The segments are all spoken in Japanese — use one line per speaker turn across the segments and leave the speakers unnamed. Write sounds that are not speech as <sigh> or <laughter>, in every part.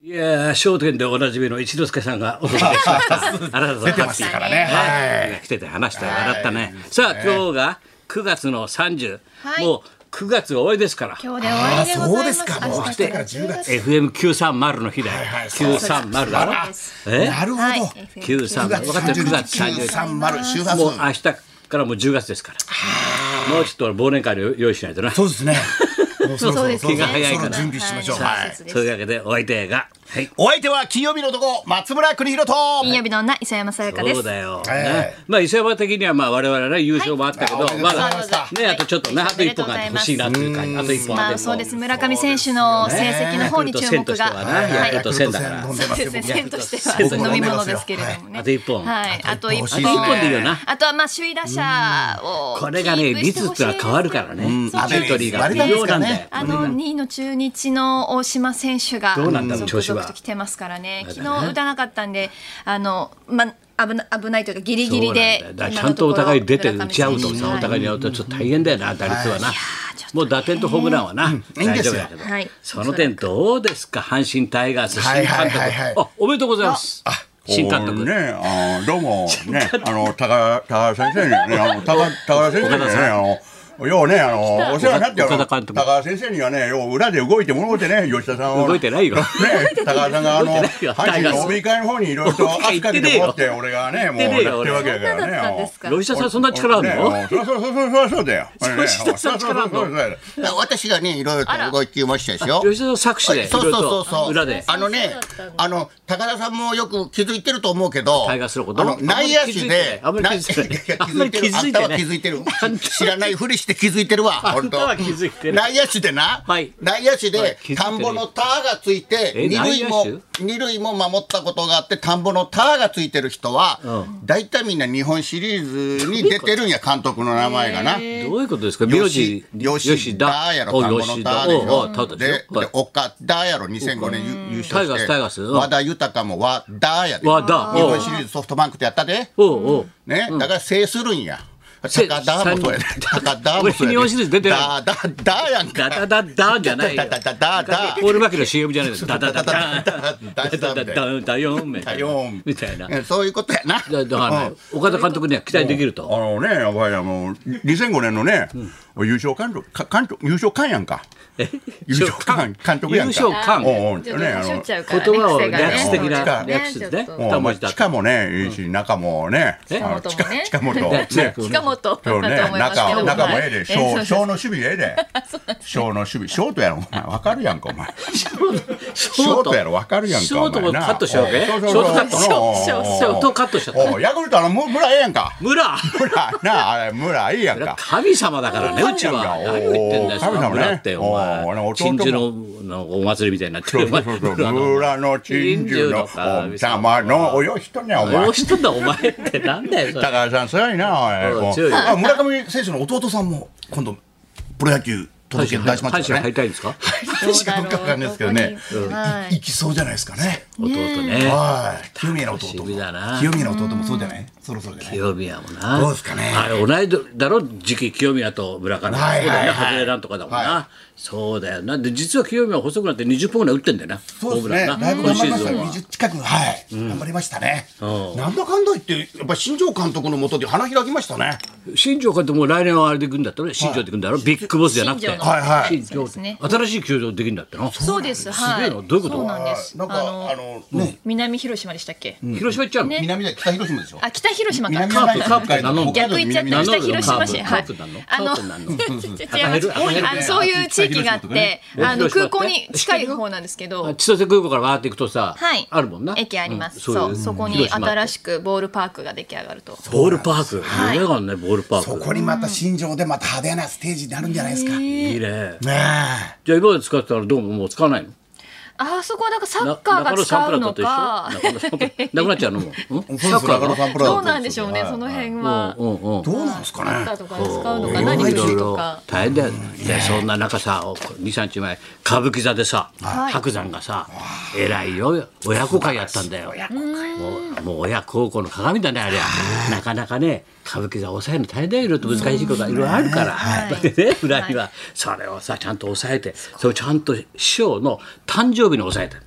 いやー、笑点でおなじみの一之輔さんがお届けしました。あなたと
<laughs> 出てますからね。はい。
来てて話した笑ったね。さあ、今日が9月の30、
はい
もう9月終わりですから。
今日で終わりでございます。
あーそうですかもう
明
明
日
日から10月
FM930 の日だよ。
はいはいそうです
930だろ。え
なるほ
はい
ど。。
?930。
9月
分かってる9月
30
30。
三丸週末。
もう明日からもう10月ですから。もうちょっと忘年会の用意しないとな。
そうですね。もうそろそ
そ
ろ
うです
そろ
ね。
気が早いか
そ
ら
ろそろ準備しましょう。
は
はいい。
そういうわけでお相手が。はい。
お相手は金曜日の男松村邦弘と。
金曜日の女磯山さやかです。
そうだよ。
はいはい
ねまあ伊勢山的にはまあ我々ね優勝もあったけど、
はい
ま
あおめでと
だ
うございま
した
ねあとちょっとね
は
あ
い
と一歩が欲しいなという感じ。あと一歩
ま
当
あ
て
そうです
も
村上選手の成績の方に注目が、
ヤクル
は
ト1000だから。
飲ん
い、
で
そう
ます
で
よ
す
僕
ね線としては
僕も
飲み物ですけれども
はいあ
ね。
と一本
はい、あと一
あと
本。
一本
でいいよな
あとはまあ首位打者を
これがね
キープし
率
て
っ
ほしてい
のは変わるからね。エン
アベレージ
トリーが
割れたん
微
で
妙
す
な
か
ん
ね
だよ。
あの2位の中日の大島選手が
どうなんだろう調子
続
は
々と来てますからね、昨日打たなかったんで、あのまあ危な危ないというか、ギリギリで
そうなんだよだ
今
から
の
ちゃんとお
ころ
互い出て打ち合うと
村上選手
さ
は
お
い
互いにやるとちょっと大変だよな打率はな。もう打点とホームランはな、
いいん
大
です
丈
よ
夫だけど、
はい
その点どうですか阪神タイガース新監督、
はいはいはいはい
あおめでとうございます新監督、
ね、あのどうもね、あの高高田先生にはね、あの高高田先生にはね、あのようね、あのお世話になってあの
岡田
高
監督
田先生にはね、よう裏で動いてもろうてね、吉田さんを
動いてないよ
ね、高田さんがあの
動いて
阪
ないよ
神のお見会の方にいろいろと圧かけてもらって、俺がね、もうやってるわけだ
そんなだ
か
った
ら
ん
ね
です。か
ロイシャさんそんな力あるの、
ねそうそうそうそうそう
<laughs>
だよ。
吉田さん力あんの
そうそうそうそう
私がねいろいろと動きましたでしょ
吉田の作詞でい
そ
ろ
う
いろ
そうそう
と
そう
裏で
あのねあの高田さんもよく気づいてると思うけど
タイガースのこと
あの内野手で
あんまり気づいてない
内いやいや気づいてる
あんまり
<laughs> あん
気づいてないあんたは
たは気づいてる知らないふりして気づいてるわ
<laughs> あん
本
た
当
は気づいてない
内野手でな
はい
内野手
はい
で
気づいてる
田んぼのターがつい
え
て二塁も
内野
二塁も守ったことがあって田んぼのターがついてる人は
う
大体みんな日本シリーズに出てるんや監督の名前がな。
どういうことですか名字
吉吉田やろ、田んぼの
吉
田
田
でし
おうおう田
ょ。
で
で、で
しょはい
岡田やろ、2005年優優
タイ
勝
ガース
し
タイガース
て、
うん
和田豊も和田やで。
和田
日
おう
本シリーズソフトバンクってやったで。
おうおう
ね、だから制するんや。
せ
高田もそうやで
三人。
高田もそうやで。
俺日本シリーズ出てない
だだだやんか。
ダダダダじゃないよ
だだだだだ
オールバックの CM じゃないですダダダダダダ
ダ
ダダダダヨンみたいなみたいな
えそういうことやな。
だだからね岡田監督には期待できると
あのね、やばいやもう2005年のね、優勝監督、か監督優勝官やんか。優勝官監督やんか。
優勝官
おうおう
ちょっと
ね、あ
年寄っ
の
ちゃうか
言
らね
葉を
癖がね
略
す
史的
ね
な
ね
略史で
ちょっと
も
二
うま
文
あ
字だ
地下もね、いいし、中もね、
え
あの
近
近
本もね
近本とね、
で近く
近本
そうね
だと思い、ますけ
中
ど
中もえ
は
え
い
で、シ
え
ョ
そう
ー
です
ショーの守備ええ
<laughs>
で、ショーの守備、ショートやろ、お前わかるやんか、お
<laughs>
前。ショートやろ、わかるやんか。
ショートも
お前な
カットしちゃうわけ
おそうそう
ショートカット
そうそう
ショートカットしちゃった
おうヤクルトあのむ村ええやんか。
村
村なあ、あれ村いいやんか。
神様だからね、うちは。
神様だ
何を言ってんだよ、
神様ね
村って、お
おー俺
前。
弟
鎮
も
守ののお祭りみたいになって
そ
る。
うそうそうそう村の珍獣のお玉のおよしとんねんお前
どうしたんだ、お前ってなんだ
<laughs>
よ、それ
高橋さん強いなおい
うん
もう
強いよ
あ
あ村上選手の弟さんも今度プロ野球届け
阪
る
神
出しま
阪
す
神
よ
入り
ね。
たいんですか
確かどうかわかんないですけどね。
どこにはい
行きそうじゃないですかね。
弟ね。
はい。清宮の弟も。
楽しみだな
清宮の弟もそうじゃない？そろそろじゃない？
清宮もな。
どうですかね
あれ、同い年だろ、時期清宮と村上。
はい
そうだよね、
はいはい
外れなんとかだもんな。そうだよな。で、実は清宮は細くなって20本ぐらい打ってんだよな。
そうですね。
ホームランな
だいぶ
今
頑張
シ
り
ー
ま
ズ
し
ン
た
は
ね。20近くはい。頑張りましたね。
なんだかんだ言って、やっぱ新庄監督のもとで花開きましたね。
新庄監督も来年はあれで行くんだったね新庄で行くんだろ、ビッグボスじゃなくて
新庄の
はいはい。
新庄
そうですね
新しい球場できるんだってな
そうです、はい。
すげえなどういうこと
そうなんです。
なん
あの
か、あの、ね、
南広島でしたっけ？
広島行っちゃうの、
南で北広島でしょ。
あ、北広島か。
南カー
プカープって名乗るの
逆言っちゃっ
名
た
乗る
北
の
広島市
カ
は
ー
い
プカープなの
あの
カープなの
違います
赤ヘル赤ヘル
あのそういう地域があって
ね
あの
広島
空
って
港に近い方なんですけど
千歳空港からわーって行くとさ、
はい
あるもんな
駅あります
ん
そうそこに新
い
しくボールパークが出来上がると
ボールパーク夢があるねボールパ
そ
ー
こ
ク
にまた新庄でまた派手なステージになるんじゃないですか。ね
いいね
え。
じゃあ今まで使ってたらどうももう使わないの
あそこはなんかサ
な
ッカーが使うのか
中野サンプラザと一緒中野サンプラザなくなっちゃうのもん
そうです
サッカー
中野サンプラザ
<laughs> どうなんでしょうねその辺は
うんうんうん
どうなんですか
サッカ
ね
ー。とかに使うのか
い
何
ろ
す
いろ
るとか
大変だよ、でそんな中さ23日前歌舞伎座でさ、
い
白山がさ偉いよ親子会やったんだよもうもう親孝行の鏡だねあれはなかなかね歌舞伎座抑えるの大変だよいろいろと難しいことがいろいろあるから、
い
で <laughs> ね裏にはそれをさちゃんと抑えてそれをちゃんと師匠の誕生日に抑えた。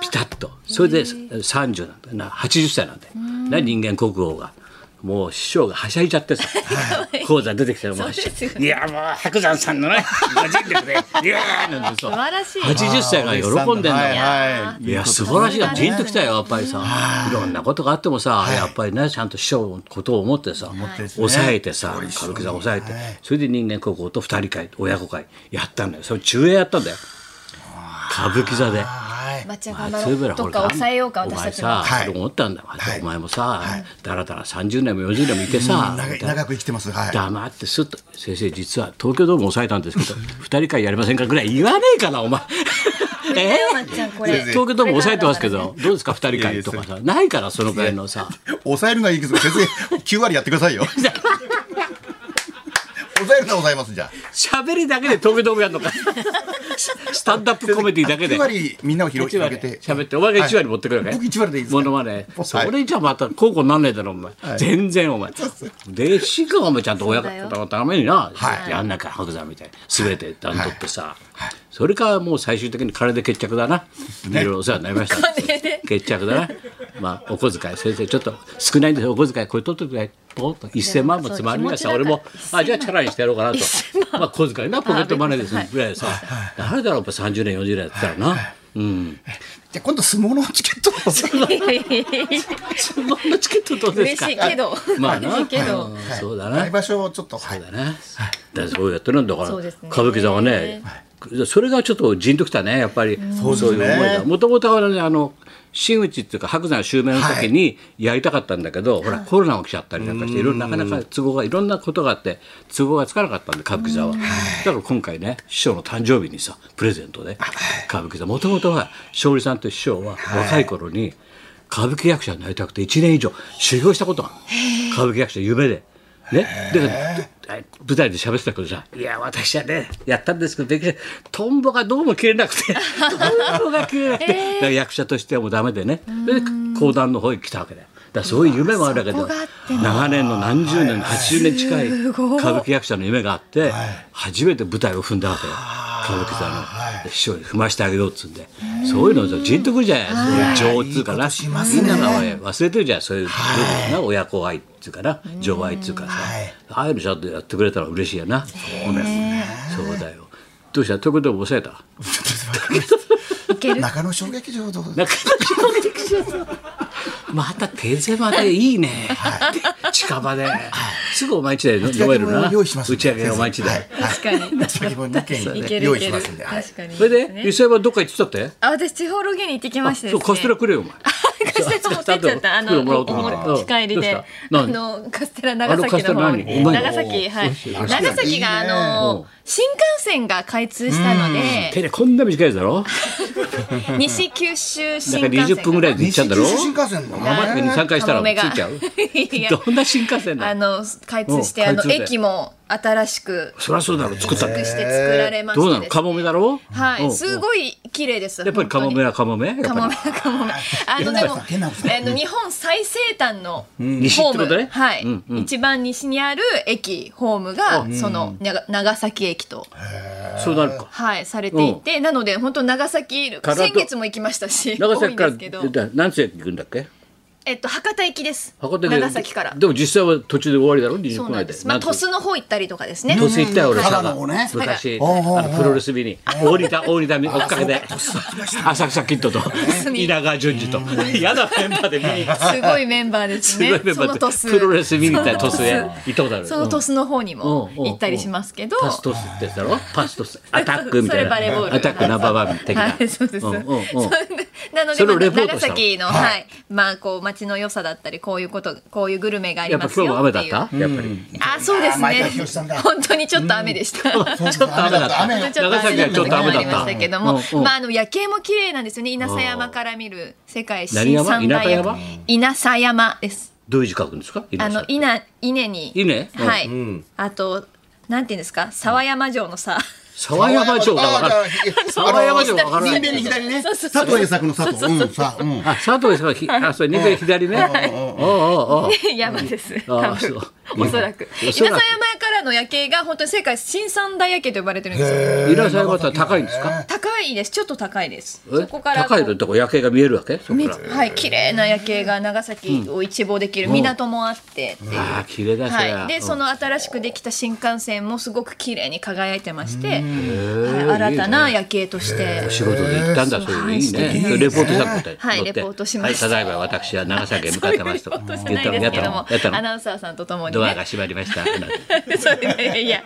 ピタッとそれで30なんだな80歳なんでな人間国宝がもう師匠がはしゃいじゃってさ高座出てきたらもうはしゃい
そうですよ
いやもう白山さんのねご尽力でいやーなんてそう
素晴らしい
80歳が喜んでんの
はい
よ
はい
や素晴らしいなジーンときたよやっぱりさいろんなことがあってもさやっぱりねちゃんと師匠のことを思ってさ
てですね
抑えてさ軽くさ抑えてそれで人間国宝と二人会親子会やったんだよそれ中演やったんだよ歌舞伎座で。
はい
抹茶頑張
松
ろ
村
うとか抑えようか私たち
お前さ、
も
はい
俺思ったんだ、
い
お前もさ、だらだら30年も40年もいてさ、
長い長く生きてますはい
黙ってすっと「先生実は東京ドーム抑えたんです
<laughs>
けど二人会やりませんか?」ぐらい言わねえかなお前
<laughs>
え
まっちゃんこれ
東京ドーム抑えてますけどどうですか二人会とかさないからそのくらいのさ
抑えるのはいいけど先
<laughs>
生9割やってくださいよ
抑えるでございますじゃあ。
喋りだけで東京ドームやる
<laughs>
のかスタンダップコメディだけで
9割みんなを広
一
広
割
げて
喋ってお前が1割持ってくるわけ、
僕一割でいいですか
ものまね
はい
それじゃまた高校なんねえだろお前、全然お前弟子がお前ちゃんと親
そう
方
だ
のためにな、やんなきゃ白山みたいな全て段取ってさ、それからもう最終的に金で決着だな、いろいろお世話になりました
金で
決着だなまあお小遣い先生ちょっと少ないんですよお小遣いこれ取っとくれポッと1000万もつまるんやさ
そう
俺も
気持ちだから
あじゃあチャラにしてやろうかなと
1000万
まあ小遣いなポケットマネーですぐらいさ誰だろうやっぱ30年40年やってたらなうん
じゃあ今度相撲のチケットを
いやいやいやいや
相撲のチケットどうです
嬉
か
しいけど
まあな
嬉しいけど
うんそうだな
来場所をちょっとはい
だな、だからそうやってるんだから、
そうですね
歌舞伎座はね、それがちょっとじんときたねやっぱりそういう思いがもともとはねあの真打ちっていうか白山襲名の時にやりたかったんだけど、ほらコロナが来ちゃったりなんかしていろいろなかなか都合がいろんなことがあって都合がつかなかったんで歌舞伎座はだから今回ね師匠の誕生日にさプレゼントで歌舞伎座もともとは勝利さんと師匠は若い頃に歌舞伎役者になりたくて1年以上修行したことがある歌舞伎役者夢で。ね、だからえ舞台で喋ってたけどさ「いや私はねやったんですけどできないトンボがどうも切れなく <laughs> てトンボが切れなくて、だから役者としてはもうダメでねで講談の方へ来たわけだよ。だからそういう夢もあるわけど
そこがあって
長年の何十年80年近い
す
歌
ごい
舞伎役者の夢があって初めて舞台を踏んだわけよ歌舞伎座ので師匠に踏ましてあげようっつうんでそういうのじゃじんとくるじゃないそういう情っつうかなみんながおい忘れてるじゃんそういうな親子愛っつうかな情愛っつうかさああいうのちゃんとやってくれたら嬉しいよなそうですねそうだよどうしたということで抑えた
いける
中野小劇場どうぞ
なんかまた手狭でいいね、近場ですぐお前んちで飲める
打ち上げ
な
も用意しますん
打
で
ち上げお前んちで、
はい
確かに
先ほど2件
い
ね
ける
用
い
意し
ける
ますんではい
確かに
それ
す
で
ね
油性はどっか行ってたって
あ私地方ロケに行ってきましてです
そう
ね
カステラくれよお前
カステラ持ってっちゃった。あの、
袋もらおうと思って
お持ち帰り
う
で
ん。ど
あ
うした
の、カステラ長崎
あの
の方
カステラ何う
に。
まいの
長崎、はい。長崎が、
いいね
う
あ
ん
の、新幹線が開通したので、
手でこんな短いやつだろ
西九州
だ
新
から
幹線が。
20分ぐらいで行っちゃうんだろ
西九州新幹線の
浜松に3回したら
カモメが
着いちゃう
いや
どんな新幹線だ
あ
よ
の、開通して、
うん
あの、
開通で
駅も新しく、
そりゃそうだろ作ったっ
して作られましてで
どう
すね。
なのカモメだろ
は
う
い。
ん
すごい綺麗です。
やっぱりカモメはカモメやっぱり
カモメカモメ。あのでも、あの日本最西端のホ
西って
ー
ことね
ム、は
う
い
んう、
一番西にある駅ホームがその長長崎駅と
そうなるか
はいされていて、なので本当長崎
からと
先月も行きましたし、
長
多い
崎
ん
から
ですけど、
だ何世紀行くんだっけ
えっと博多駅です。
博多で
長崎から。
でも実際は途中で終わりだろ
そ
20
う
分
なん
内
で。
です
まあ鳥栖の方行ったりとかですね。
トス行ったよ俺
はい
佐賀
佐賀のね
昔
はい
あのプロレス日に大仁田大仁田に追っかけて浅草キッドと
に
稲川淳二と嫌なメンバーで見に行く
すごいメンバーですね。
<laughs> すごいメン
そ
バ
の
ーでプ
鳥
ロレ
栖。
ス見に行ったら鳥栖へ行ったことある
その鳥栖の方にも行ったりしますけど。
パストスってやつだろパストスアタックみたいな
それバレーボール
アタックナンバーワン的な、
はい、そうです。
うんうんうん
<laughs> そんななの
そ
で、
れを
ま
レ
あ
ポート
長
したの
崎の、はい、まあ、こう、街の良さだったり、こういうこと、こういうグルメがあり
やっぱ
ます
今
よ
日
ってい
も雨
う。
だった、やっぱり
あ、そうです
前田博さん
ね。
だ
本当にちょっと雨でした。 <laughs> ちょっ
ちょっと雨だった
雨
と
長崎はちょっと雨だっ
ありましたけど
た
も、
うんうん
まあ、あの夜景も綺麗なんですよね。稲佐山から見る世界
何
新
山
三大
稲佐山
稲佐山です。
どういう字書くんですか
あ
稲
の
さん
稲稲に
稲
はい、あとなんていうんですか沢山城のさ、
沢山町がわかる。沢山町わからない
人弁に左ね。佐藤栄作の佐藤。うん、さ、うん。
あ、佐藤さんはひ、あ、それ、人間左ね。おうおうおう。
山です。
あ
多
あ
分
そう
おそらく。
お
稲
そら
佐
く
山からの夜景が本当に世界新三大夜景と呼ばれてるんですよ。
いらっしゃる方は高いんですか。
高いです。ちょっと高いです。
え
そこからこ
高
う
いのとこ夜景が見えるわけ。そこ
め
から。
はい、綺麗な夜景が長崎を一望できる港もあってっていう。
ああ、綺麗だし。
はい、でそ
の。
の新しくできた新幹線もすごく綺麗に輝いてまして、はい
へえ
新たな夜景として
仕事で行ったんだ、そういうのいいね。それレポートしたことで。
はい
乗って
レポートしました
はいただいま、私は長崎へ向かってますと。
そういうことじゃないですけども
やったの。やったの
アナウンサーさんとともに
ドア
ね
が閉まりました。
<laughs> それいやいや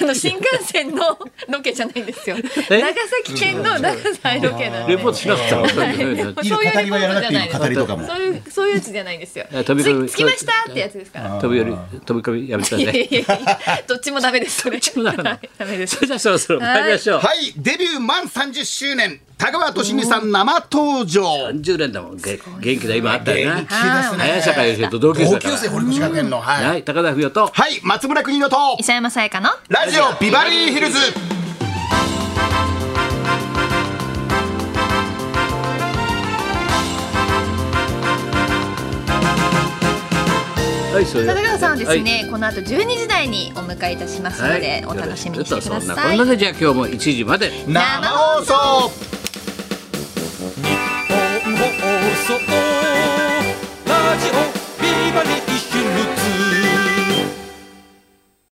あの新幹線のロケじゃないんですよ長
え
崎県の長崎ロケなんで
レポートしなくても。そういうの
そういうレポートじゃないです
語りとかも。
そういうそういうやつじゃないんですよ
や飛び込み
つ着きましたってやつですから
飛び降り、飛び込みやめてくだ
いや
さ
い
い。
やいやどっちもダ
<laughs>
メですそれ
もダメなの
はいダメです
それじゃ、そろそろ参りましょう。
はい、デビュー満30周年、田川俊美さん生登場。
30年だもん。げ元気だ、今あったよな。
はい
早坂よしと同級生
同
だか
級
ら。
生、堀越学園の、はい。
はい、高田文夫と。
はい、松村邦洋と、
磯山さやかの
ラジオビバリーヒルズ。
はい、それ
佐川さんはです
はい
ね、この後12時台にお迎えいたしますので、お楽しみにしてくだ
そんな
さ
こ
い
んなでじゃあ今日も1時まで
生放送
日本放送